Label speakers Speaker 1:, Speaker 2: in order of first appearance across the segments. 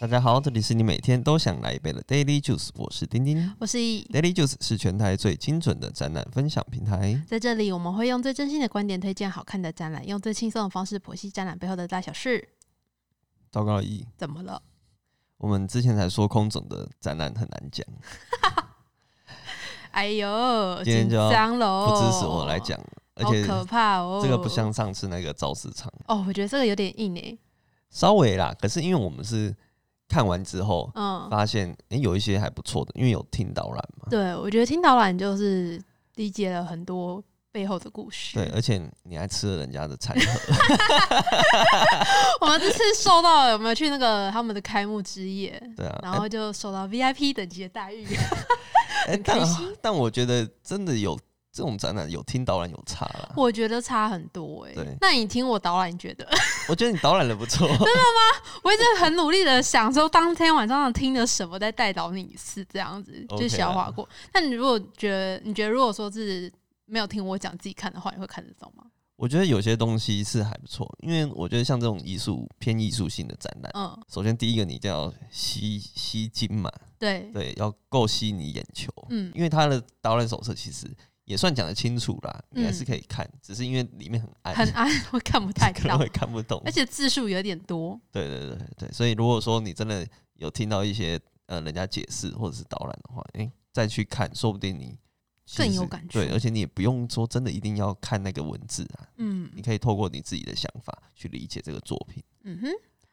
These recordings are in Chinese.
Speaker 1: 大家好，这里是你每天都想来一杯的 Daily Juice，我是丁丁。
Speaker 2: 我是一，
Speaker 1: Daily Juice 是全台最精准的展览分享平台。
Speaker 2: 在这里我们会用最真心的观点推荐好看的展览，用最轻松的方式剖析展览背后的大小事。
Speaker 1: 糟糕了一，
Speaker 2: 怎么了？
Speaker 1: 我们之前才说空总的展览很难讲，
Speaker 2: 哎呦，
Speaker 1: 今天
Speaker 2: 紧
Speaker 1: 就要
Speaker 2: 张
Speaker 1: 不
Speaker 2: 喽！
Speaker 1: 支持我来，讲，而
Speaker 2: 哦好
Speaker 1: 且
Speaker 2: 可怕哦！
Speaker 1: 这个不像上次那个造市场，
Speaker 2: 哦，我觉得这个有点硬欸诶。
Speaker 1: 稍微啦。可是因为我们是看完之后
Speaker 2: 嗯，
Speaker 1: 发现，诶，有一些还不错的，因为有听导览嘛。
Speaker 2: 对，我觉得听导览就是理解了很多背后的故事。
Speaker 1: 对，而且你还吃了人家的餐盒，
Speaker 2: 我们这次受到有没有去那个他们的开幕之 夜，
Speaker 1: 对啊。
Speaker 2: 然后就受到 VIP 等级的待 遇。
Speaker 1: 诶诶
Speaker 2: 很
Speaker 1: 但
Speaker 2: 开心
Speaker 1: 但我觉得真的有这种展览，有听导览有差啦。我
Speaker 2: 我觉得差很多哎、
Speaker 1: 对
Speaker 2: 那你听我导览，你觉得？
Speaker 1: 我觉得你导览的不错。
Speaker 2: 我一直很努力的想说，当天晚上听了什么，再带导你一次，这样子
Speaker 1: OK
Speaker 2: 就
Speaker 1: 啊
Speaker 2: 消化过。那你如果觉得，你觉得如果说是没有听我讲自己看的话，你会看得懂吗？
Speaker 1: 我觉得有些东西是还不错，因为我觉得像这种艺术偏艺术性的展览，
Speaker 2: 嗯，
Speaker 1: 首先第一个你一定要吸吸睛嘛，
Speaker 2: 对，
Speaker 1: 对，要够吸你眼球，
Speaker 2: 嗯，
Speaker 1: 因为它的导览手册其实也算讲得清楚啦，
Speaker 2: 嗯
Speaker 1: 你还是可以看，只是因为里面很暗，
Speaker 2: 很暗， 我看不 太
Speaker 1: 可能
Speaker 2: 到
Speaker 1: 会，看不懂
Speaker 2: 而。且字数有点多。
Speaker 1: 对对对对，所以如果说你真的有听到一些呃人家解释或者是导览的话，诶，再去看，说不定你其实
Speaker 2: 更有感触
Speaker 1: 对，而且你也不用说真的一定要看那个文字啊，
Speaker 2: 嗯
Speaker 1: 你可以透过你自己的想法去理解这个作品。
Speaker 2: 嗯哼，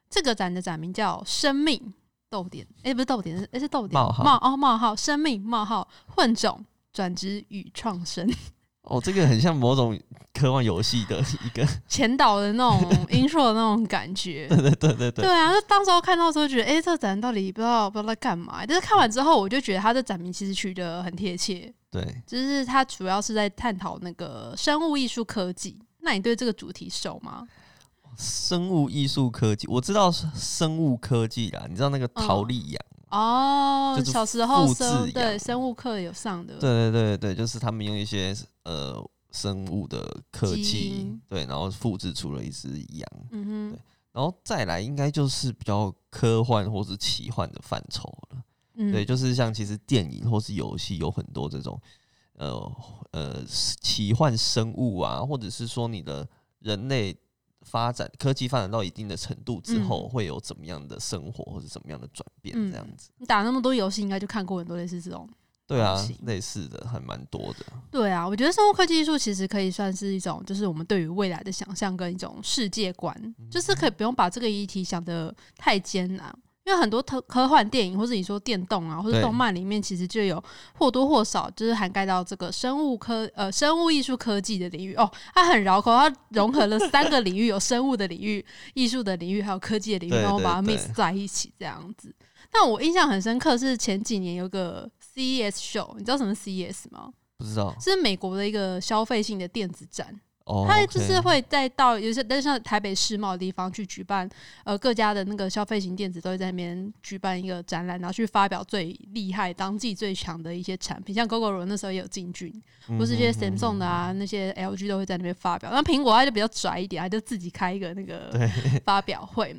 Speaker 2: 这个展的展名叫“生命”逗点，哎、不是逗点，是、诶是逗点
Speaker 1: 冒号
Speaker 2: 哦冒号生命冒号混种转职与创生。
Speaker 1: 哦，这个很像某种科幻游戏的一个，
Speaker 2: 前导的那种 intro 的那种感觉。对对对对对。对啊，就当时候看到的时候觉得，哎、这展到底不知道不知道在干嘛？但是看完之后，我就觉得它的展名其实取得很贴切，
Speaker 1: 对，
Speaker 2: 就是它主要是在探讨那个生物艺术科技。那你对这个主题熟吗？
Speaker 1: 生物艺术科技，我知道是生物科技啦，你知道那个
Speaker 2: 嗯
Speaker 1: 陶丽养，
Speaker 2: 哦，
Speaker 1: 就是
Speaker 2: 小时候
Speaker 1: 复制
Speaker 2: 生
Speaker 1: 养
Speaker 2: 对生物课有上的，
Speaker 1: 对对对对，就是他们用一些呃生物的科
Speaker 2: 基
Speaker 1: 技
Speaker 2: 因，
Speaker 1: 对，然后复制出了一只羊，
Speaker 2: 嗯哼
Speaker 1: 对，然后再来应该就是比较科幻或是奇幻的范畴了，
Speaker 2: 嗯，
Speaker 1: 对，就是像其实电影或是游戏有很多这种呃呃奇幻生物啊，或者是说你的人类发展科技发展到一定的程度之后，
Speaker 2: 嗯
Speaker 1: 会有怎么样的生活或者怎么样的转变
Speaker 2: 嗯
Speaker 1: 这样子。
Speaker 2: 你打那么多游戏，应该就看过很多类似这种。
Speaker 1: 对啊
Speaker 2: 行，
Speaker 1: 类似的还蛮多的。
Speaker 2: 对啊，我觉得生物科技艺术其实可以算是一种，就是我们对于未来的想象跟一种世界观，
Speaker 1: 嗯
Speaker 2: 就是可以不用把这个议题想得太艰难。因为很多科科幻电影，或者你说电动啊，或者
Speaker 1: 对
Speaker 2: 动漫里面，其实就有或多或少就是涵盖到这个生物科呃生物艺术科技的领域哦。它很绕口，它融合了三个领域，有生物的领域、艺术的领域，还有科技的领域，
Speaker 1: 对
Speaker 2: 然后
Speaker 1: 对
Speaker 2: 把它
Speaker 1: 对
Speaker 2: mix 在一起这样子。那我印象很深刻是前几年有个 CES show，你知道什么是 CES 吗？
Speaker 1: 不知道
Speaker 2: 是美国的一个消费性的电子展，
Speaker 1: 哦，
Speaker 2: 它就是
Speaker 1: ，OK
Speaker 2: 会再到有些，但是像台北世贸的地方去举办，呃，各家的那个消费型电子都会在那边举办一个展览，然后去发表最厉害、当季最强的一些产品，像 Gogoro 那时候也有进军，
Speaker 1: 嗯
Speaker 2: 或是一些 Samsung 的啊，那些 LG 都会在那边发表。那苹果它就比较拽一点，它就自己开一个 那个 发表会。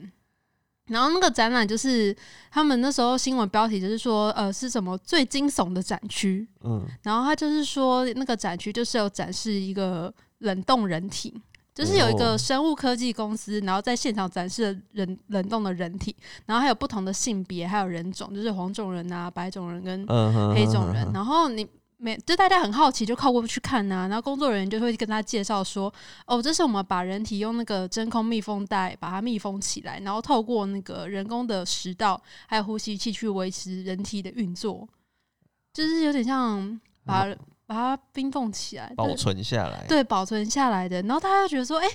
Speaker 2: 然后那个展览就是他们那时候新闻标题就是说，呃，是什么最惊悚的展区，
Speaker 1: 嗯，
Speaker 2: 然后他就是说，那个展区就是有展示一个冷冻人体，就是有一个
Speaker 1: 哦
Speaker 2: 生物科技公司，然后在现场展示了人冷冻的人体，然后还有不同的性别，还有人种，就是黄种人啊、白种人跟
Speaker 1: 嗯哼
Speaker 2: 黑种人。然后你每就大家很好奇，就靠过去看呐、然后工作人员就会跟他介绍说，哦，这是我们把人体用那个真空密封袋把它密封起来，然后透过那个人工的食道还有呼吸器去维持人体的运作，就是有点像把、把它冰冻起来，
Speaker 1: 嗯保
Speaker 2: 对
Speaker 1: 存下来，
Speaker 2: 对，保存下来的。然后大家就觉得说，哎、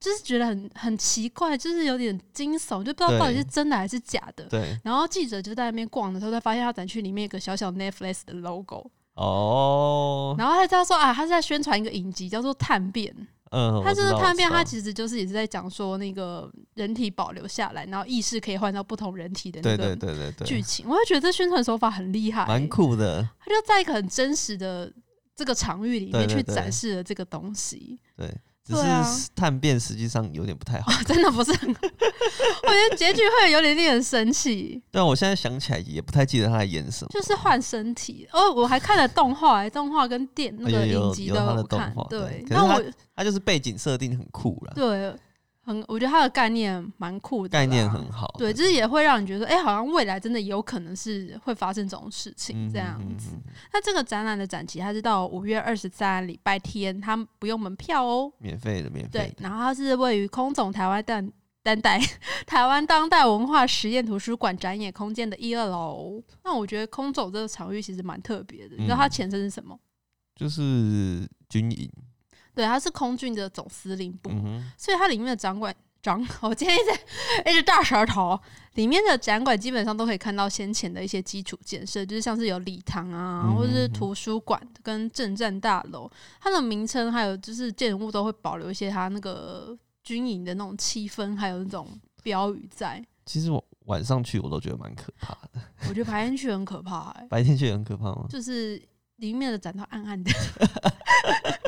Speaker 2: 就是觉得很很奇怪，就是有点惊悚，就不知道到底
Speaker 1: 对
Speaker 2: 是真的还是假的。
Speaker 1: 对
Speaker 2: 然后记者就在那边逛的时候，才发现他展区里面有个小小 Netflix 的 logo，
Speaker 1: 哦，
Speaker 2: 然后他知道说啊，他是在宣传一个影集叫做《探变》，
Speaker 1: 嗯，
Speaker 2: 他
Speaker 1: 我
Speaker 2: 这
Speaker 1: 知
Speaker 2: 个
Speaker 1: 道
Speaker 2: 探变，
Speaker 1: 我知道
Speaker 2: 他其实就是也是在讲说那个人体保留下来，然后意识可以换到不同人体的
Speaker 1: 对
Speaker 2: 那
Speaker 1: 对
Speaker 2: 个
Speaker 1: 对对对
Speaker 2: 剧，情。我就觉得这宣传手法很厉害、欸
Speaker 1: 蛮酷的，
Speaker 2: 他就在一个很真实的这个场域里
Speaker 1: 对
Speaker 2: 面
Speaker 1: 对
Speaker 2: 去
Speaker 1: 对
Speaker 2: 展示了这个东西。
Speaker 1: 对。只
Speaker 2: 对啊
Speaker 1: 是探变实际上有点不太好。
Speaker 2: 真的不是很，我觉得结局会有点令人生气，
Speaker 1: 但啊我现在想起来也不太记得他在演什么。
Speaker 2: 就是换身体。哦，我还看了动画、欸，动画跟电那
Speaker 1: 有
Speaker 2: 个
Speaker 1: 有
Speaker 2: 影集
Speaker 1: 哎有
Speaker 2: 都
Speaker 1: 他的动
Speaker 2: 看
Speaker 1: 画，对
Speaker 2: 对，
Speaker 1: 可是
Speaker 2: 那我
Speaker 1: 他就是背景设定很酷啦，
Speaker 2: 对很，我觉得它的概念蛮酷的，
Speaker 1: 概念。很好。
Speaker 2: 对，就是也会让你觉得，哎、好像未来真的有可能是会发生这种事情
Speaker 1: 嗯
Speaker 2: 这样
Speaker 1: 嗯
Speaker 2: 子。
Speaker 1: 嗯嗯
Speaker 2: 那这个展览的展期它是到五月二十三礼拜天，它不用门票哦。
Speaker 1: 免费的，免费
Speaker 2: 对，
Speaker 1: 的。
Speaker 2: 然后它是位于空总台湾当当代台湾当代文化实验图书馆展演空间的一二楼。那我觉得空总这个场域其实蛮特别的，你知道它
Speaker 1: 嗯
Speaker 2: 前身是什么？
Speaker 1: 就是军营，
Speaker 2: 对，它是空军的总司令部，
Speaker 1: 嗯哼，
Speaker 2: 所以它里面的展馆展， 我今天一直一直大舌头，里面的展馆基本上都可以看到先前的一些基础建设，就是像是有礼堂啊，
Speaker 1: 嗯
Speaker 2: 或者是图书馆跟政站大楼，它的名称还有就是建物都会保留一些它那个军营的那种气氛，还有那种标语在。
Speaker 1: 其实我晚上去我都觉得蛮可怕的，
Speaker 2: 我觉得白天去很可怕、欸，
Speaker 1: 白天去也很可怕吗？
Speaker 2: 就是里面的展都暗暗的。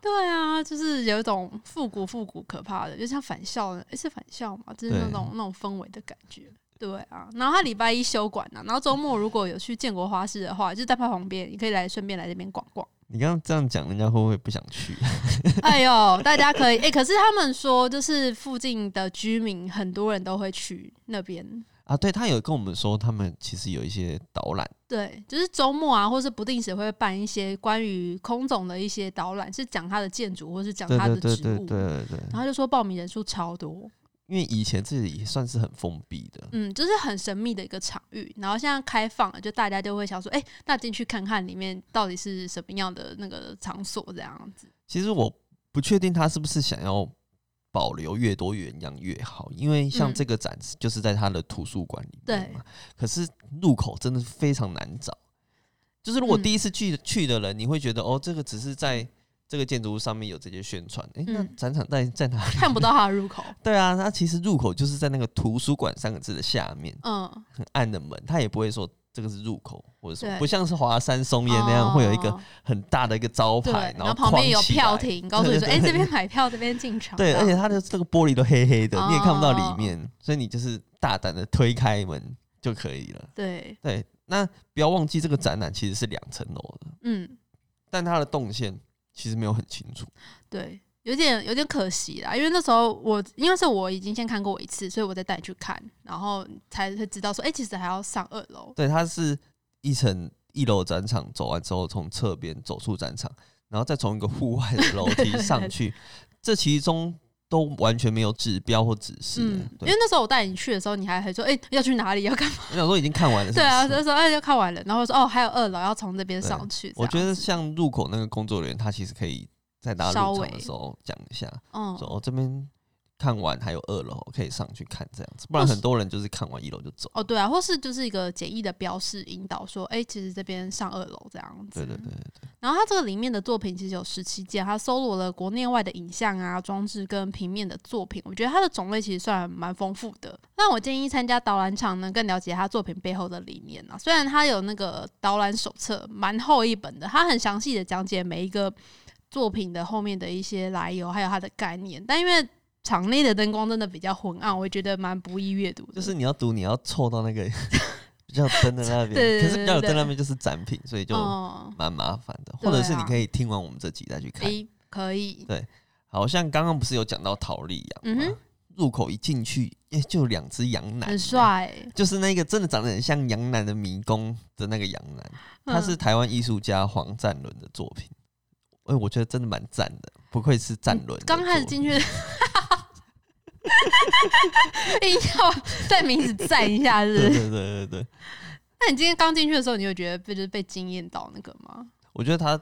Speaker 2: 对啊，就是有一种复古复古可怕的，就像返校的，诶是返校嘛，就是那
Speaker 1: 对
Speaker 2: 种那种氛围的感觉。对啊，然后他礼拜一休馆啊呐、然后周末如果有去建国花市的话，就是在它旁边，你可以来顺便来这边逛逛。
Speaker 1: 你刚刚这样讲，人家会不会不想去？
Speaker 2: 哎呦，大家可以哎、可是他们说就是附近的居民很多人都会去那边，
Speaker 1: 啊，对他有跟我们说，他们其实有一些导览，
Speaker 2: 对，就是周末啊，或是不定时会办一些关于空总的一些导览，是讲它的建筑，或是讲
Speaker 1: 对
Speaker 2: 它的
Speaker 1: 对
Speaker 2: 植物。
Speaker 1: 对对对对，
Speaker 2: 然后就说报名人数超多，
Speaker 1: 因为以前这里算是很封闭的，
Speaker 2: 嗯，就是很神秘的一个场域。然后现在开放了，就大家就会想说，哎、那进去看看里面到底是什么样的那个场所这样子。
Speaker 1: 其实我不确定他是不是想要保留越多原样越好，因为像
Speaker 2: 嗯
Speaker 1: 这个展示就是在他的图书馆里面
Speaker 2: 对
Speaker 1: 嘛。可是入口真的非常难找，就是如果
Speaker 2: 嗯
Speaker 1: 第一次去、去的人，你会觉得哦，这个只是在这个建筑物上面有这些宣传，诶，那
Speaker 2: 嗯
Speaker 1: 展场在在哪里？
Speaker 2: 看不到它的入口，
Speaker 1: 对啊，它其实入口就是在那个图书馆三个字的下面，
Speaker 2: 嗯，
Speaker 1: 很暗的门，它也不会说。这个是入口，或者什么，
Speaker 2: 对
Speaker 1: 不像是华山松烟那样、会有一个
Speaker 2: 哦
Speaker 1: 很大的一个招
Speaker 2: 对，
Speaker 1: 牌，
Speaker 2: 然后
Speaker 1: 后
Speaker 2: 旁边有
Speaker 1: 框起
Speaker 2: 票
Speaker 1: 来
Speaker 2: 亭，告诉你说，
Speaker 1: 对对
Speaker 2: 哎、
Speaker 1: 对
Speaker 2: 这边买票，这边进场。
Speaker 1: 对，而
Speaker 2: 这样
Speaker 1: 且它的这个玻璃都黑黑的，你也看不到
Speaker 2: 哦
Speaker 1: 里面，所以你就是大胆的推开门就可以了。
Speaker 2: 对，
Speaker 1: 对，那不要忘记这个展览其实是两层楼的，
Speaker 2: 嗯，
Speaker 1: 但它的动线其实没有很清楚。
Speaker 2: 对，有点有点可惜啦，因为那时候我因为是我已经先看过一次，所以我再带你去看，然后才会知道说，哎、其实还要上二楼。
Speaker 1: 对，它是一层一楼展场走完之后，从侧边走出展场，然后再从一个户外的楼
Speaker 2: 对
Speaker 1: 梯
Speaker 2: 对
Speaker 1: 上
Speaker 2: 对
Speaker 1: 去，这其中都完全没有指标或指示。
Speaker 2: 嗯，因为
Speaker 1: 对，
Speaker 2: 那时候我带你去的时候，你还还说，哎、要去哪里，要干嘛？
Speaker 1: 我想说已经看完 了是不
Speaker 2: 对
Speaker 1: 是。
Speaker 2: 啊，那时候哎，要看完了，然后说，哦，还有二楼要从这边
Speaker 1: 对
Speaker 2: 上去。
Speaker 1: 我
Speaker 2: 这
Speaker 1: 觉
Speaker 2: 样
Speaker 1: 得
Speaker 2: 子，
Speaker 1: 像入口那个工作人员，他其实可以在大家
Speaker 2: 稍
Speaker 1: 入场
Speaker 2: 微
Speaker 1: 的时候讲一下。说
Speaker 2: 嗯，
Speaker 1: 哦这边看完还有二楼可以上去看这样子，不
Speaker 2: 或
Speaker 1: 然
Speaker 2: 是
Speaker 1: 很多人就是看完一楼就走。
Speaker 2: 哦，对啊，或是就是一个简易的标示引导说，哎、其实这边上二楼这样子。
Speaker 1: 对对对对对
Speaker 2: 然后它这个里面的作品其实有十七件，它搜罗了国内外的影像啊、装置跟平面的作品。我觉得它的种类其实算蛮丰富的。那我建议参加导览场呢，更了解它作品背后的理念啊。虽然它有那个导览手册，蛮厚一本的，它很详细的讲解每一个作品的后面的一些来由，还有它的概念。但因为场内的灯光真的比较昏暗，我觉得蛮不易阅读的。
Speaker 1: 就是你要读，你要凑到那个 比较有灯的那边，
Speaker 2: 对对
Speaker 1: 可是比较有
Speaker 2: 对
Speaker 1: 灯那边就是展品，所以就
Speaker 2: 嗯，
Speaker 1: 蛮麻烦的。
Speaker 2: 对
Speaker 1: 或者是你
Speaker 2: 啊
Speaker 1: 可以听完我们这集再去看。
Speaker 2: 诶，可以，
Speaker 1: 好像刚刚不是有讲到陶丽羊
Speaker 2: 嗯
Speaker 1: 吗？入口一进去，哎，就有两只羊男
Speaker 2: 很，帅欸、
Speaker 1: 就是那个真的长得很像羊男的迷宫的那个羊男，他
Speaker 2: 嗯
Speaker 1: 是台湾艺术家黄占伦的作品。哎，我觉得真的蛮赞的，不愧是占伦的
Speaker 2: 刚开始
Speaker 1: 作品
Speaker 2: 进去的，硬 要在名字赞一下，是不
Speaker 1: 对 对
Speaker 2: 是？
Speaker 1: 对对对，
Speaker 2: 那你今天刚进去的时候，你有觉得被就是被惊艳到那个吗？
Speaker 1: 我觉得他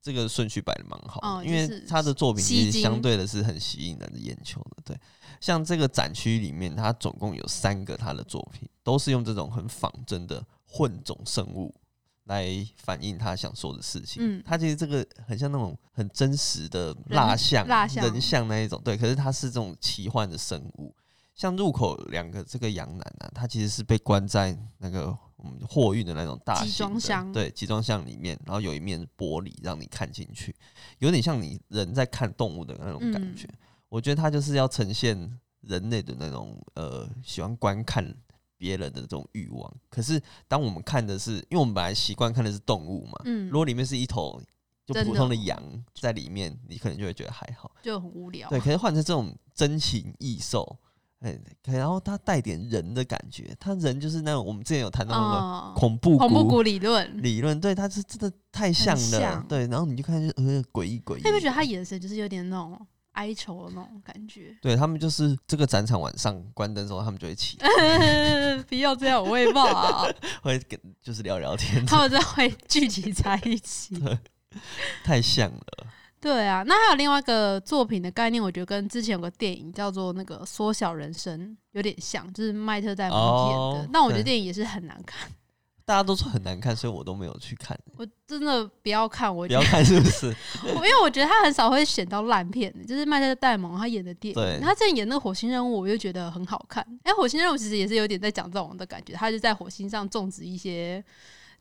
Speaker 1: 这个顺序摆的蛮好的，
Speaker 2: 哦
Speaker 1: 因
Speaker 2: 就是
Speaker 1: 为他的作品
Speaker 2: 吸
Speaker 1: 其实
Speaker 2: 睛
Speaker 1: 相对的是很吸引人的眼球的。对，像这个展区里面，它总共有三个他的作品，都是用这种很仿真的混种生物来反映他想说的事情。
Speaker 2: 嗯
Speaker 1: 他其实这个很像那种很真实的蜡像、
Speaker 2: 蜡像
Speaker 1: 人像那一种，对，可是它是这种奇幻的生物。像入口两个这个羊男啊，他其实是被关在那个我们货运的那种大型的
Speaker 2: 集装箱
Speaker 1: 对，集装箱里面，然后有一面玻璃让你看进去，有点像你人在看动物的那种感
Speaker 2: 嗯
Speaker 1: 觉。我觉得它就是要呈现人类的那种呃喜欢观看别人的这种欲望。可是当我们看的是，因为我们本来习惯看的是动物嘛，
Speaker 2: 嗯
Speaker 1: 如，果里面是一头就
Speaker 2: 真的
Speaker 1: 普通的羊在里面，你可能就会觉得还好。
Speaker 2: 就很无聊。
Speaker 1: 对，可是换成这种真禽异兽，哎、可然后它带点人的感觉，它人就是那种我们之前有谈到那个
Speaker 2: 嗯，
Speaker 1: 恐怖
Speaker 2: 恐怖
Speaker 1: 谷
Speaker 2: 谷理论，
Speaker 1: 理论，对，它是真的太像了，
Speaker 2: 像
Speaker 1: 对，然后你就看就呃诡异诡异，
Speaker 2: 你有没有觉得他眼神就是有点那种哀愁的那种感觉？
Speaker 1: 对他们就是这个展场晚上关灯之后，他们就会 起来
Speaker 2: 不要这样，我会 怕。
Speaker 1: 会跟就是聊聊天，
Speaker 2: 他们真的会聚集在一起。
Speaker 1: 太像了。
Speaker 2: 对啊，那还有另外一个作品的概念，我觉得跟之前有个电影叫做那个《缩小人生》有点像，就是麦特戴蒙演
Speaker 1: 哦
Speaker 2: 的。那、我觉得
Speaker 1: 对
Speaker 2: 电影也是很难看，
Speaker 1: 大家都说很难看，所以我都没有去看。
Speaker 2: 我真的不要看。我
Speaker 1: 不
Speaker 2: 觉
Speaker 1: 要
Speaker 2: 得，
Speaker 1: 看是不是？
Speaker 2: 我因为我觉得他很少会选到烂片的，就是麦特戴蒙他演的电
Speaker 1: 对
Speaker 2: 影，他之前演那个《火星任务》，我就觉得很好看。哎、火星任务》其实也是有点在讲这种的感觉，他就在火星上种植一些。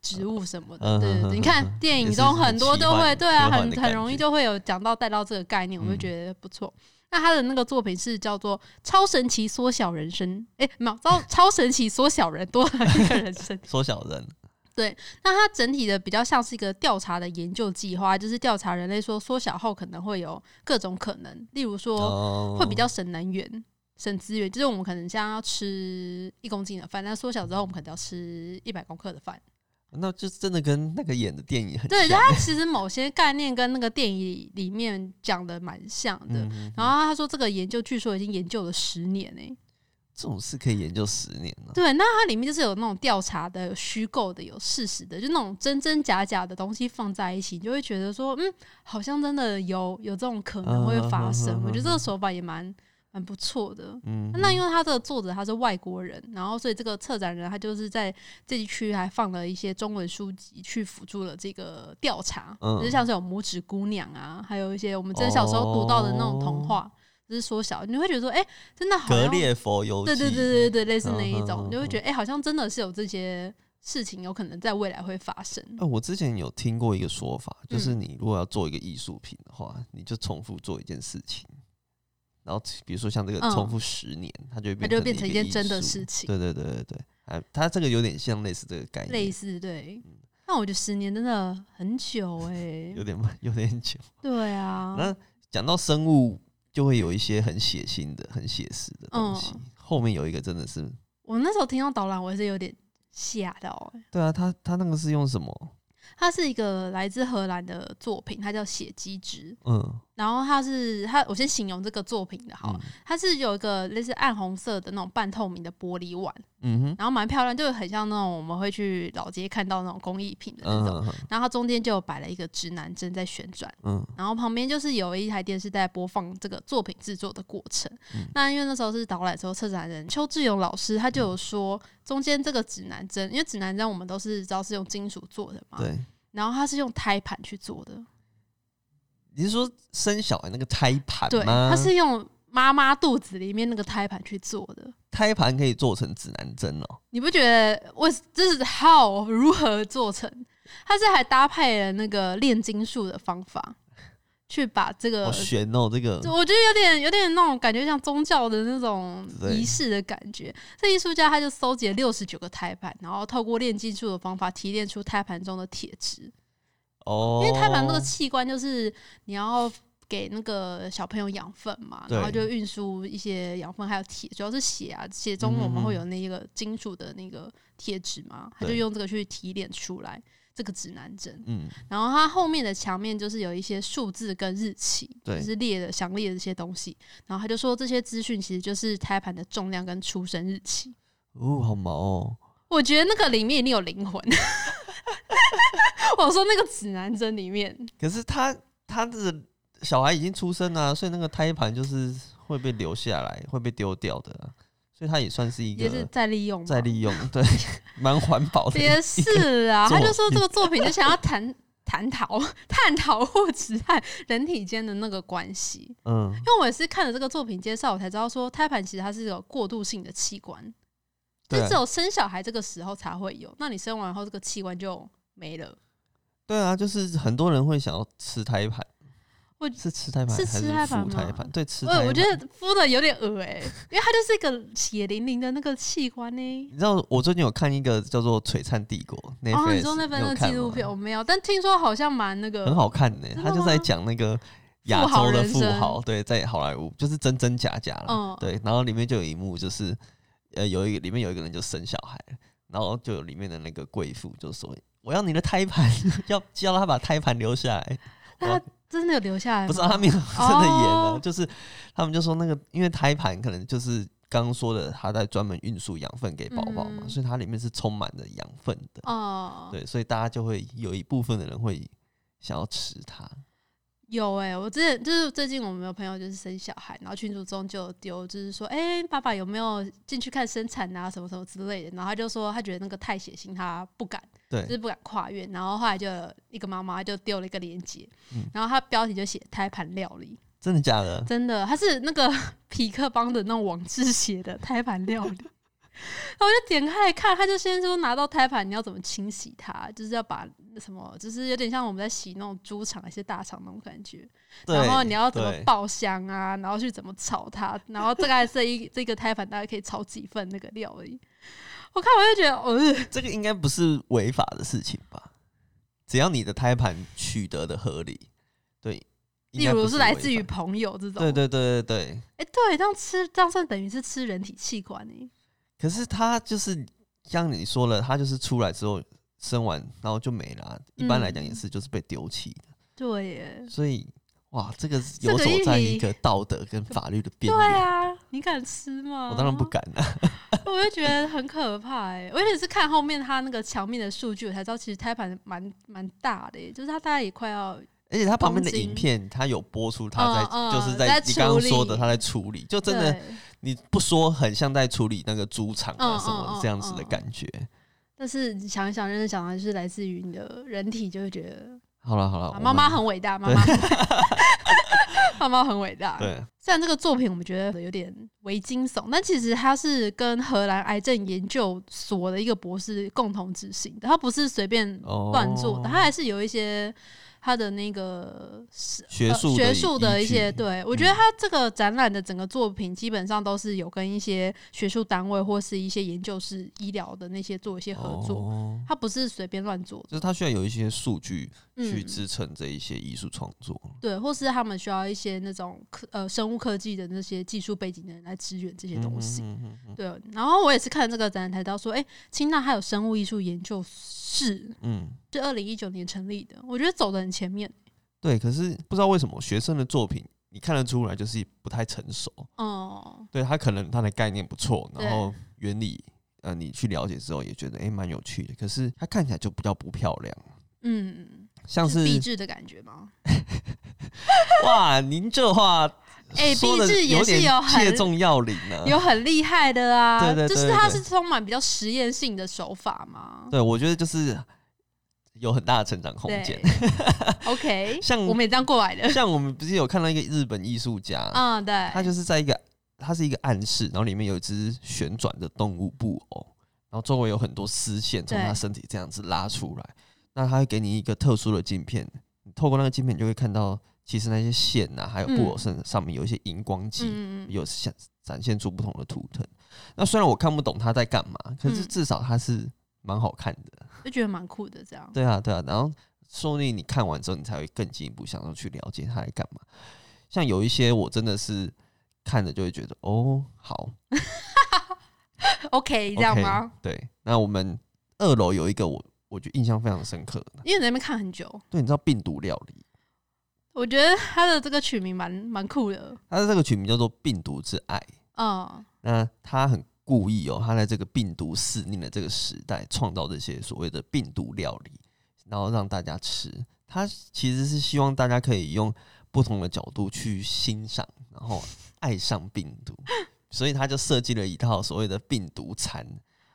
Speaker 2: 植物什么的，
Speaker 1: 嗯
Speaker 2: 对
Speaker 1: 嗯
Speaker 2: 对
Speaker 1: 嗯
Speaker 2: 对，你
Speaker 1: 嗯
Speaker 2: 看
Speaker 1: 嗯
Speaker 2: 电
Speaker 1: 也
Speaker 2: 影
Speaker 1: 是
Speaker 2: 中
Speaker 1: 很
Speaker 2: 很多
Speaker 1: 奇
Speaker 2: 都
Speaker 1: 幻
Speaker 2: 会，对啊，
Speaker 1: 科幻
Speaker 2: 很
Speaker 1: 的
Speaker 2: 很
Speaker 1: 感
Speaker 2: 容易
Speaker 1: 觉
Speaker 2: 就会有讲到带到这个概念，我就
Speaker 1: 嗯
Speaker 2: 觉得不错。那他的那个作品是叫做《超神奇缩小人生》，诶，没有，超 超神奇缩小人多了一个人生。
Speaker 1: 缩小人，
Speaker 2: 那它整体的比较像是一个调查的研究计划，就是调查人类说缩小后可能会有各种可能，例如说
Speaker 1: 哦
Speaker 2: 会比较省能源、省资源，就是我们可能像要吃一公斤的饭，但缩小之后我们可能要吃一百公克的饭。
Speaker 1: 那就真的跟那个演的电影很
Speaker 2: 对，
Speaker 1: 像
Speaker 2: 它其实某些概念跟那个电影里面讲的蛮像的。
Speaker 1: 嗯哼
Speaker 2: 然后他说，这个研究据说已经研究了十年欸诶、
Speaker 1: 这种事可以研究十年呢、
Speaker 2: 对，那它里面就是有那种调查的、有虚构的、有事实的，就那种真真假假的东西放在一起，你就会觉得说，嗯，好像真的有有这种可能会发生。
Speaker 1: 嗯嗯嗯嗯
Speaker 2: 我觉得这个手法也蛮蛮不错的。
Speaker 1: 嗯，
Speaker 2: 那因为他的作者他是外国人，然后所以这个策展人他就是在这一区还放了一些中文书籍去辅助了这个调查，
Speaker 1: 嗯
Speaker 2: 就是像是有拇指姑娘啊，还有一些我们真的小时候读到的那种童话，就是缩小，你会觉得说，哎、真的好
Speaker 1: 哦格
Speaker 2: 像
Speaker 1: 列佛游记，
Speaker 2: 对对对对对，类似那一
Speaker 1: 哦嗯
Speaker 2: 种，
Speaker 1: 哼
Speaker 2: 你就会觉得哎、诶好像真的是有这些事情有可能在未来会发生。
Speaker 1: 呃，我之前有听过一个说法，就是
Speaker 2: 嗯
Speaker 1: 你如果要做一个艺术品的话，你就重复做一件事情，然后比如说像这个
Speaker 2: 嗯
Speaker 1: 重复十年，它就会
Speaker 2: 它
Speaker 1: 变
Speaker 2: 就
Speaker 1: 成
Speaker 2: 变成一
Speaker 1: 一
Speaker 2: 件
Speaker 1: 个
Speaker 2: 真
Speaker 1: 艺
Speaker 2: 的
Speaker 1: 术
Speaker 2: 事情，
Speaker 1: 对对对对对，哎，它这个有点像类似这个概念，
Speaker 2: 类似对。那我觉得十年真的 很久哎、
Speaker 1: 嗯有点慢，有点久。
Speaker 2: 对啊，
Speaker 1: 那讲到生物，就会有一些很血腥的、很写实的东西。
Speaker 2: 嗯
Speaker 1: 后面有一个真的是，
Speaker 2: 我那时候听到导览，我也是有点吓到、欸。
Speaker 1: 对啊，他他那个是用什么？
Speaker 2: 它是一个来自荷兰的作品，它叫《血鸡汁》。
Speaker 1: 嗯，
Speaker 2: 然后它是它，我先形容这个作品的好了，
Speaker 1: 嗯
Speaker 2: 它是有一个类似暗红色的那种半透明的玻璃碗，
Speaker 1: 嗯哼，
Speaker 2: 然后蛮漂亮，就很像那种我们会去老街看到那种工艺品的那
Speaker 1: 嗯
Speaker 2: 种。
Speaker 1: 哼
Speaker 2: 然后它中间就有摆了一个指南针在旋转，
Speaker 1: 嗯
Speaker 2: 然后旁边就是有一台电视在播放这个作品制作的过程。
Speaker 1: 嗯
Speaker 2: 那因为那时候是导览之后，策展人邱志勇老师他就
Speaker 1: 嗯
Speaker 2: 有说，中间这个指南针，因为指南针我们都是知道是用金属做的嘛，
Speaker 1: 对。
Speaker 2: 然后它是用胎盘去做的，
Speaker 1: 你是说生小孩那个胎盘
Speaker 2: 对，
Speaker 1: 吗？
Speaker 2: 它是用妈妈肚子里面那个胎盘去做的。
Speaker 1: 胎盘可以做成指南针哦、
Speaker 2: 你不觉得我这是 how 如何做成？它是还搭配了那个炼金术的方法，去把这个
Speaker 1: 好悬哦、这个
Speaker 2: 就我觉得有点有点那种感觉，像宗教的那种
Speaker 1: 对
Speaker 2: 仪式的感觉。这艺术家他就搜集了六十九个胎盘，然后透过炼金术的方法提炼出胎盘中的铁质。
Speaker 1: 哦，
Speaker 2: 因为胎盘这个器官就是你要给那个小朋友养分嘛，
Speaker 1: 对
Speaker 2: 然后就运输一些养分，还有铁，主要是血啊，血中
Speaker 1: 嗯
Speaker 2: 我们会
Speaker 1: 嗯
Speaker 2: 有那个金属的那个铁质嘛，他
Speaker 1: 对
Speaker 2: 就用这个去提炼出来这个指南针。
Speaker 1: 嗯，
Speaker 2: 然后它后面的墙面就是有一些数字跟日期，
Speaker 1: 对
Speaker 2: 就是列的详列的这些东西。然后他就说这些资讯其实就是胎盘的重量跟出生日期。
Speaker 1: 哦，好毛哦、
Speaker 2: 我觉得那个里面一定有灵魂。 我说那个指南针里面，
Speaker 1: 可是他他的小孩已经出生了、所以那个胎盘就是会被留下来，会被丢掉的啊、所以它也算是一
Speaker 2: 也是
Speaker 1: 个
Speaker 2: 在利用吧，
Speaker 1: 再利用，对， 蛮环保的。
Speaker 2: 也是 啊。
Speaker 1: 作
Speaker 2: 他
Speaker 1: 品
Speaker 2: 就说这个作品就想要谈 探讨探讨物质和人体间的那个关系，因
Speaker 1: 嗯，
Speaker 2: 为我也是看了这个作品介绍，我才知道说胎盘其实它是有过渡性的器官，
Speaker 1: 对
Speaker 2: 这
Speaker 1: 啊
Speaker 2: 只有生小孩这个时候才会有。那你生完后，这个器官就没了。
Speaker 1: 对啊，就是很多人会想要吃胎盘，
Speaker 2: 我
Speaker 1: 是吃胎盘
Speaker 2: 是
Speaker 1: 还
Speaker 2: 吃
Speaker 1: 是
Speaker 2: 胎盘
Speaker 1: 敷胎
Speaker 2: 吗
Speaker 1: 盘？对，吃
Speaker 2: 我
Speaker 1: 胎盘。
Speaker 2: 我觉得敷的有点恶哎、因为它就是一个血淋淋的那个器官呢、
Speaker 1: 你知道我最近有看一个叫做《璀璨帝国》那
Speaker 2: 哦，你说那
Speaker 1: 份
Speaker 2: 边的纪录片我没有，但听说好像蛮那个
Speaker 1: 很好看呢、
Speaker 2: 嗯真
Speaker 1: 他
Speaker 2: 的
Speaker 1: 就
Speaker 2: 吗
Speaker 1: 在讲那个亚
Speaker 2: 富豪
Speaker 1: 洲的
Speaker 2: 人
Speaker 1: 富
Speaker 2: 生
Speaker 1: 豪，对，在好莱坞就是真真假假了，
Speaker 2: 嗯
Speaker 1: 对，然后里面就有一幕就是，呃，有一个里面有一个人就生小孩了，然后就有里面的那个贵妇就说：“我要你的胎盘， 要叫他把胎盘留下来。”
Speaker 2: 那他真的有留下来吗？
Speaker 1: 啊不是他没有真的演了，
Speaker 2: 哦
Speaker 1: 就是他们就说那个，因为胎盘可能就是刚刚说的，它在专门运输养分给宝宝嘛，
Speaker 2: 嗯
Speaker 1: 所以它里面是充满了养分的，
Speaker 2: 哦，
Speaker 1: 对，所以大家就会有一部分的人会想要吃它，
Speaker 2: 有哎、我之前就是最近我们有朋友就是生小孩，然后群组中就有丢，就是说，哎、爸爸有没有进去看生产啊，什么什么之类的。然后他就说他觉得那个太血腥，他不敢，就
Speaker 1: 对
Speaker 2: 是不敢跨越。然后后来就有一个妈妈就丢了一个链接，
Speaker 1: 嗯
Speaker 2: 然后他标题就写胎盘料理，
Speaker 1: 真的假的？
Speaker 2: 真的，他是那个 皮克邦的那种网志写的胎盘料理。然后我就点开来看，他就先说拿到胎盘你要怎么清洗它，就是要把什么，就是有点像我们在洗那种猪场、一些大肠那种感觉。
Speaker 1: 对，
Speaker 2: 然后你要怎么
Speaker 1: 对
Speaker 2: 爆香啊，然后去怎么炒它，然后大概这一这个胎盘大概可以炒几份那个料理。我看我就觉得，呃，
Speaker 1: 这个应该不是违法的事情吧？只要你的胎盘取得的合理，对，应
Speaker 2: 例
Speaker 1: 该
Speaker 2: 如
Speaker 1: 不
Speaker 2: 是
Speaker 1: 是
Speaker 2: 来
Speaker 1: 违
Speaker 2: 自于
Speaker 1: 法
Speaker 2: 朋友这种，
Speaker 1: 对对对对对，
Speaker 2: 哎、对，这样吃这样算等于是吃人体器官哎、
Speaker 1: 可是他就是像你说了，他就是出来之后生完，然后就没了啊、一般来讲也是就是被丢弃的，
Speaker 2: 对耶，
Speaker 1: 所以哇，这个
Speaker 2: 嗯这
Speaker 1: 游
Speaker 2: 个
Speaker 1: 走
Speaker 2: 议
Speaker 1: 在
Speaker 2: 题
Speaker 1: 一个道德跟法律的边
Speaker 2: 对
Speaker 1: 缘。
Speaker 2: 啊，你敢吃吗？
Speaker 1: 我当然不，敢啊了、
Speaker 2: 我就觉得很可怕哎、我也是看后面他那个墙面的数据，我才知道其实胎盘蛮蛮大的、欸，就是他大概也快要
Speaker 1: 而且他旁边的
Speaker 2: 东京
Speaker 1: 影片，他有播出他在、
Speaker 2: 嗯嗯
Speaker 1: 就是
Speaker 2: 在
Speaker 1: 你刚刚
Speaker 2: 处
Speaker 1: 说的
Speaker 2: 理
Speaker 1: 他在处理，就真的
Speaker 2: 对
Speaker 1: 你不说很像在处理那个猪场啊
Speaker 2: 嗯
Speaker 1: 什么
Speaker 2: 嗯
Speaker 1: 这样子
Speaker 2: 嗯
Speaker 1: 的
Speaker 2: 嗯
Speaker 1: 感觉。
Speaker 2: 但是你想一想，认真想啊想，就是来自于你的人体，就会觉得
Speaker 1: 好了好了，
Speaker 2: 啊
Speaker 1: 哦我
Speaker 2: 妈妈
Speaker 1: 们
Speaker 2: 很伟大，妈妈 很伟大妈妈很伟大。
Speaker 1: 对
Speaker 2: 虽然这个作品我们觉得有点为惊悚，但其实它是跟荷兰癌症研究所的一个博士共同执行的，它不是随便
Speaker 1: 哦
Speaker 2: 乱做的，它还是有一些它的那个是
Speaker 1: 学术
Speaker 2: 呃、
Speaker 1: 的
Speaker 2: 学
Speaker 1: 依
Speaker 2: 术的一
Speaker 1: 依据嗯
Speaker 2: 些，对我觉得它这个展览的整个作品基本上都是有跟一些学术单位或是一些研究室、医疗的那些做一些合作，
Speaker 1: 哦
Speaker 2: 它不是随便乱做的。
Speaker 1: 就是他需要有一些数据去
Speaker 2: 嗯
Speaker 1: 支撑这一些艺术创作。
Speaker 2: 对，或是他们需要一些那种科呃生物科技的那些技术背景的人来支援这些东西。
Speaker 1: 嗯嗯嗯
Speaker 2: 对，然后我也是看这个展览才知道说，哎、清大还有生物艺术研究室，
Speaker 1: 嗯，
Speaker 2: 是二零一九年成立的，我觉得走的很前面。
Speaker 1: 对。可是不知道为什么学生的作品，你看得出来就是不太成熟。
Speaker 2: 哦、
Speaker 1: 对他可能他的概念不错，
Speaker 2: 对
Speaker 1: 然后原理呃你去了解之后也觉得诶蛮、有趣的，可是它看起来就比较不漂亮，
Speaker 2: 嗯，
Speaker 1: 像
Speaker 2: 是
Speaker 1: 是
Speaker 2: 壁纸的感觉吗？
Speaker 1: 哇，您这话
Speaker 2: 哎
Speaker 1: 说的
Speaker 2: 壁纸也是
Speaker 1: 点
Speaker 2: 有很
Speaker 1: 切中要领啊呢、
Speaker 2: 有很厉害的啊，
Speaker 1: 对对对
Speaker 2: 就是它
Speaker 1: 对
Speaker 2: 是充满比较实验性的手法嘛。
Speaker 1: 对，我觉得就是有很大的成长空间。
Speaker 2: OK，
Speaker 1: 像
Speaker 2: 我们也这样过 来的。
Speaker 1: 像我们不是有看到一个日本艺术家，
Speaker 2: 嗯，对，
Speaker 1: 他就是在一个，它是一个暗室，然后里面有一只旋转的动物布偶，然后周围有很多丝线从
Speaker 2: 对
Speaker 1: 他身体这样子拉出来。那他会给你一个特殊的镜片，你透过那个镜片，你就会看到其实那些线呐、还有布偶身上面有一些荧光剂，
Speaker 2: 嗯嗯嗯嗯，
Speaker 1: 有展展现出不同的图腾。那虽然我看不懂他在干嘛，可是
Speaker 2: 嗯
Speaker 1: 至少他是蛮好看的。
Speaker 2: 就觉得蛮酷的这样。
Speaker 1: 对啊，对啊，然后说不定你看完之后，你才会更进一步想要去了解他在干嘛。像有一些我真的是看了就会觉得，哦，好，
Speaker 2: OK，这样
Speaker 1: OK，
Speaker 2: 吗
Speaker 1: 对，那我们二楼有一个我我觉得印象非常深刻的，
Speaker 2: 因为你在那边看很久，
Speaker 1: 对，你知道病毒料理，
Speaker 2: 我觉得他的这个取名蛮蛮酷的，
Speaker 1: 它的这个取名叫做“病毒之爱
Speaker 2: 嗯，”，
Speaker 1: 那他很。故意哦，他在这个病毒肆虐的这个时代，创造这些所谓的病毒料理，然后让大家吃。他其实是希望大家可以用不同的角度去欣赏，然后爱上病毒，所以他就设计了一套所谓的病毒餐，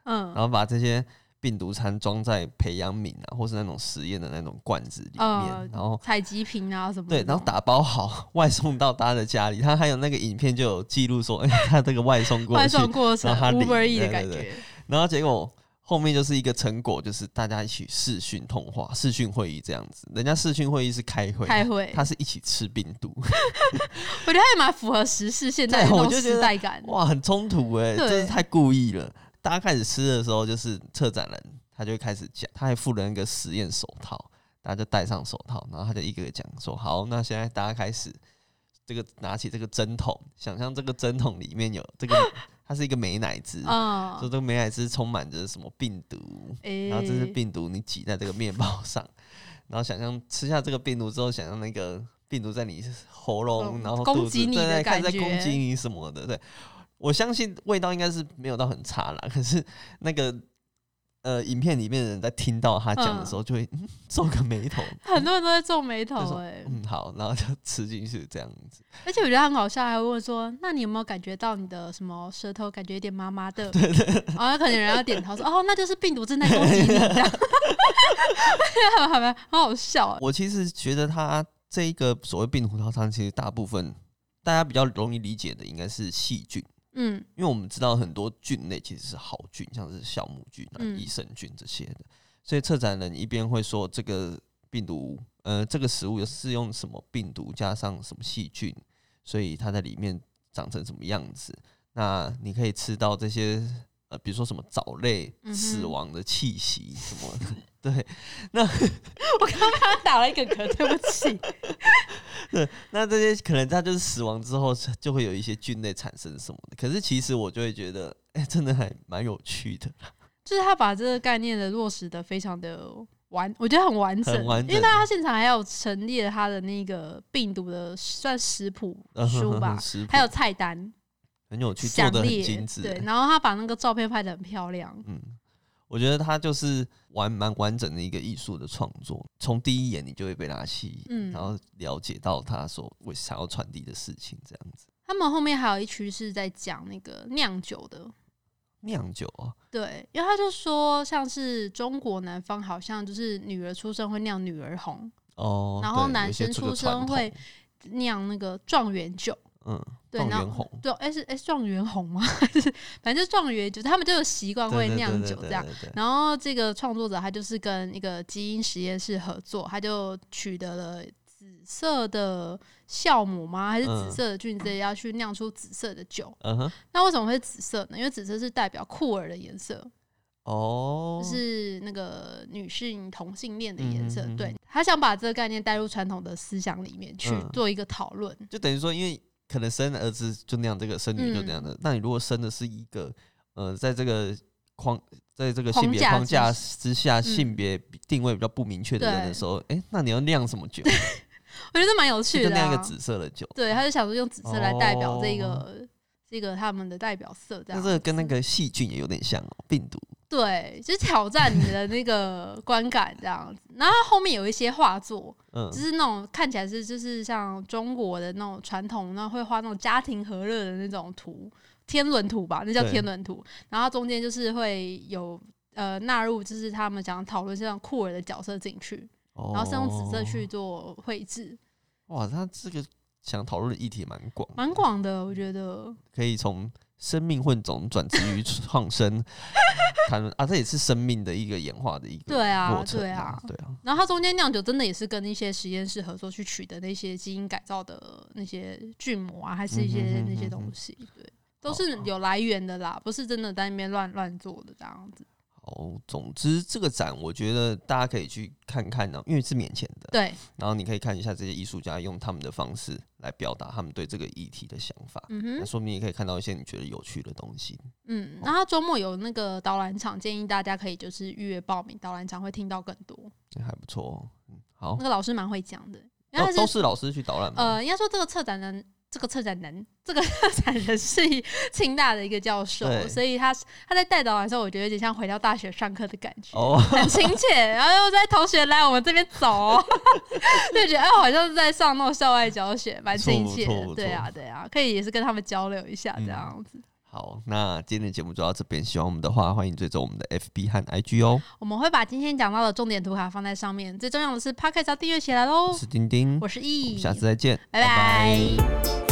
Speaker 1: 然
Speaker 2: 嗯
Speaker 1: 后把这些病毒餐装在培养皿啊，或是那种实验的那种罐子里面，
Speaker 2: 呃
Speaker 1: 然后
Speaker 2: 采集瓶啊什么的
Speaker 1: 对
Speaker 2: 那，种，
Speaker 1: 然后打包好 外送到大家的家里。他还有那个影片就有记录说，哎、他这个外送过
Speaker 2: 外
Speaker 1: 去，
Speaker 2: 送过程
Speaker 1: 然后它淋
Speaker 2: Uber E 的
Speaker 1: 对
Speaker 2: 感
Speaker 1: 对
Speaker 2: 觉，
Speaker 1: 然后结果后面就是一个成果，就是大家一起视讯通话、视讯会议这样子。人家视讯会议是开会，
Speaker 2: 开会，
Speaker 1: 他是一起吃冰毒，
Speaker 2: 我觉得他也蛮符合时事现在的
Speaker 1: 对
Speaker 2: 那
Speaker 1: 我
Speaker 2: 种
Speaker 1: 就觉
Speaker 2: 时
Speaker 1: 得
Speaker 2: 代感。
Speaker 1: 哇，很冲突哎、欸，
Speaker 2: 对
Speaker 1: 真是太故意了。大家开始吃的时候，就是策展人他就会开始讲，他还附了那个实验手套，大家就戴上手套，然后他就一个个讲说：“好，那现在大家开始这个拿起这个针筒，想象这个针筒里面有这个，它是一个美乃滋，说
Speaker 2: 嗯，
Speaker 1: 这个美乃滋充满着什么病毒，
Speaker 2: 诶
Speaker 1: 然后这是病毒，你挤在这个面包上， 然后想象吃下这个病毒之后，想象那个病毒在你喉
Speaker 2: 嗯
Speaker 1: 咙，然后
Speaker 2: 攻
Speaker 1: 肚子
Speaker 2: 击你
Speaker 1: 对
Speaker 2: 的
Speaker 1: 对看
Speaker 2: 感
Speaker 1: 在攻
Speaker 2: 觉
Speaker 1: 击你什么的。对，我相信味道应该是没有到很差啦， 可是那个。呃，影片里面的人在听到他讲的时候，就会、嗯皱个眉头。
Speaker 2: 很多人都在皱眉
Speaker 1: 就
Speaker 2: 头
Speaker 1: 说
Speaker 2: 哎、
Speaker 1: 嗯，好，然后就吃进去这样子。
Speaker 2: 而且我觉得他很好笑，还会问说：“那你有没有感觉到你的什么舌头感觉有点麻麻 的？”然后可能人家点头说：“哦，那就是病毒正在攻击你。”这样， 还蛮还蛮很好笑啊。
Speaker 1: 我其实觉得它这一个所谓病毒套餐，其实大部分大家比较容易理解的应该是细菌，
Speaker 2: 嗯
Speaker 1: 因为我们知道很多菌类其实是好菌，像是酵母菌啊、
Speaker 2: 嗯
Speaker 1: 益生菌这些的，所以策展人一边会说这个病毒，呃，这个食物是用什么病毒加上什么细菌，所以它在里面长成什么样子。那你可以吃到这些，呃，比如说什么藻类
Speaker 2: 嗯哼
Speaker 1: 死亡的气息什么的， 对，
Speaker 2: 我刚刚被他打了一个嗝，对不起。
Speaker 1: 那这些可能它就是死亡之后就会有一些菌类产生什么的。可是其实我就会觉得，哎、真的还蛮有趣的，
Speaker 2: 就是他把这个概念的落实的非常的完，我觉得很完整，
Speaker 1: 很完整
Speaker 2: 因为他现场还有陈列他的那个病毒的算食谱
Speaker 1: 嗯
Speaker 2: 书吧，
Speaker 1: 食谱
Speaker 2: 还有菜单
Speaker 1: 很有趣，做
Speaker 2: 详
Speaker 1: 的很
Speaker 2: 列
Speaker 1: 精致、
Speaker 2: 对
Speaker 1: 欸，
Speaker 2: 然后他把那个照片拍的很漂亮，
Speaker 1: 嗯，我觉得它就是完蛮完整的一个艺术的创作，从第一眼你就会被它吸引，
Speaker 2: 嗯
Speaker 1: 然后了解到他所为想要传递的事情，这样子。
Speaker 2: 他们后面还有一区是在讲那个酿酒的，
Speaker 1: 酿酒啊，
Speaker 2: 对，因为他就说像是中国南方好像就是女儿出生会酿女儿红，
Speaker 1: 哦，
Speaker 2: 然后
Speaker 1: 对
Speaker 2: 男
Speaker 1: 有一些
Speaker 2: 生
Speaker 1: 这个
Speaker 2: 出生
Speaker 1: 传统
Speaker 2: 会酿那个状元酒，
Speaker 1: 嗯，
Speaker 2: 对，
Speaker 1: 状
Speaker 2: 然
Speaker 1: 元
Speaker 2: 后
Speaker 1: 红。
Speaker 2: 对，哎是哎状元红吗？ 还是反正就是状元酒，他们就有习惯会
Speaker 1: 对对
Speaker 2: 酿
Speaker 1: 对对
Speaker 2: 酒
Speaker 1: 对
Speaker 2: 这样。
Speaker 1: 对对
Speaker 2: 然后这个创作者他就是跟一个基因实验室合作，他就取得了紫色的酵母吗？还是
Speaker 1: 嗯
Speaker 2: 紫色的菌之类，要去酿出紫色的酒？
Speaker 1: 嗯哼，
Speaker 2: 那为什么会紫色呢？因为紫色是代表酷儿的颜色，
Speaker 1: 哦，
Speaker 2: 就是那个女性同性恋的颜色。
Speaker 1: 嗯嗯嗯嗯
Speaker 2: 对他想把这个概念带入传统的思想里面去
Speaker 1: 嗯
Speaker 2: 做一个讨论。
Speaker 1: 就等于说，因为可能生儿子就那样，这个生女
Speaker 2: 嗯
Speaker 1: 就那样的。那你如果生的是一个呃，在这个框，在这个性别
Speaker 2: 框
Speaker 1: 框架
Speaker 2: 架之嗯
Speaker 1: 之下，性别定位比较不明确的人
Speaker 2: 对
Speaker 1: 的时候，哎、那你要酿什么酒？
Speaker 2: 我觉得蛮有趣
Speaker 1: 就
Speaker 2: 的、
Speaker 1: 酿一个
Speaker 2: 啊。
Speaker 1: 紫色的酒。
Speaker 2: 对，他就想说用紫色来代表这个、
Speaker 1: 哦
Speaker 2: 这个他们的代表色，这
Speaker 1: 那
Speaker 2: 样
Speaker 1: 这个跟那个细菌也有点像哦，病毒。
Speaker 2: 对，就是挑战你的那个观感这样子。然后它后面有一些画作，
Speaker 1: 嗯
Speaker 2: 就，是那种看起来是就是像中国的那种传统，那会画那种家庭和乐的那种图，天伦图吧，那叫
Speaker 1: 对
Speaker 2: 天伦图。然后中间就是会有。呃，纳入就是他们想讨论这样酷儿的角色进去，
Speaker 1: 然
Speaker 2: 然后是用紫
Speaker 1: 哦
Speaker 2: 色去。做绘制，
Speaker 1: 哇，那这个想讨论的议题蛮广，
Speaker 2: 蛮，广的，我觉得。
Speaker 1: 可以从生命混种转职于创生， 谈论啊，这也是生命的一个演化的一个
Speaker 2: 对啊
Speaker 1: 过程
Speaker 2: 对啊
Speaker 1: 对啊，
Speaker 2: 然后它中间酿酒真的也是跟一些实验室合作去取得那些基因改造的那些菌膜啊，还是一些
Speaker 1: 嗯哼哼
Speaker 2: 那些
Speaker 1: 哼
Speaker 2: 东
Speaker 1: 哼
Speaker 2: 西，对，都是有来源的啦，不是真的在那边乱乱做的这样子。
Speaker 1: 好，哦总之这个展我觉得大家可以去看看呢、哦因为是免钱的，
Speaker 2: 对，
Speaker 1: 然后你可以看一下这些艺术家用他们的方式来表达他们对这个议题的想法，
Speaker 2: 嗯
Speaker 1: 那
Speaker 2: 哼，
Speaker 1: 说明也可以看到一些你觉得有趣的东西。
Speaker 2: 嗯。然后周末有那个导览场，建议大家可以就是预约报名，导览场会听到更多。
Speaker 1: 也还不错、哦，嗯，好
Speaker 2: 那，个老师蛮会讲的，然后
Speaker 1: 都
Speaker 2: 他
Speaker 1: 都
Speaker 2: 是
Speaker 1: 是老师去导览吗？
Speaker 2: 呃，应该说这个策展人。这个策展人，这个策展人是一清大的一个教授，
Speaker 1: 对
Speaker 2: 所以他他在带导览的时候，我觉得有点像回到大学上课的感觉。
Speaker 1: 哦，
Speaker 2: 很亲切，然后又在同学来我们这边走 哦，就觉得哎，好像是在上那种校外教学，蛮亲切
Speaker 1: 不错不错
Speaker 2: 的。对啊，对啊，可以也是跟他们交流一下
Speaker 1: 嗯
Speaker 2: 这样子。
Speaker 1: 好，那今天的节目就到这边，喜欢我们的话，欢迎追踪我们的 FB 和 IG 哦。
Speaker 2: 我们会把今天讲到的重点图卡放在上面，最重要的是 E p o d c a s t 要订阅起来喽
Speaker 1: 我。是丁丁，
Speaker 2: 我
Speaker 1: 我
Speaker 2: 是易，
Speaker 1: 们下次再见，
Speaker 2: 拜拜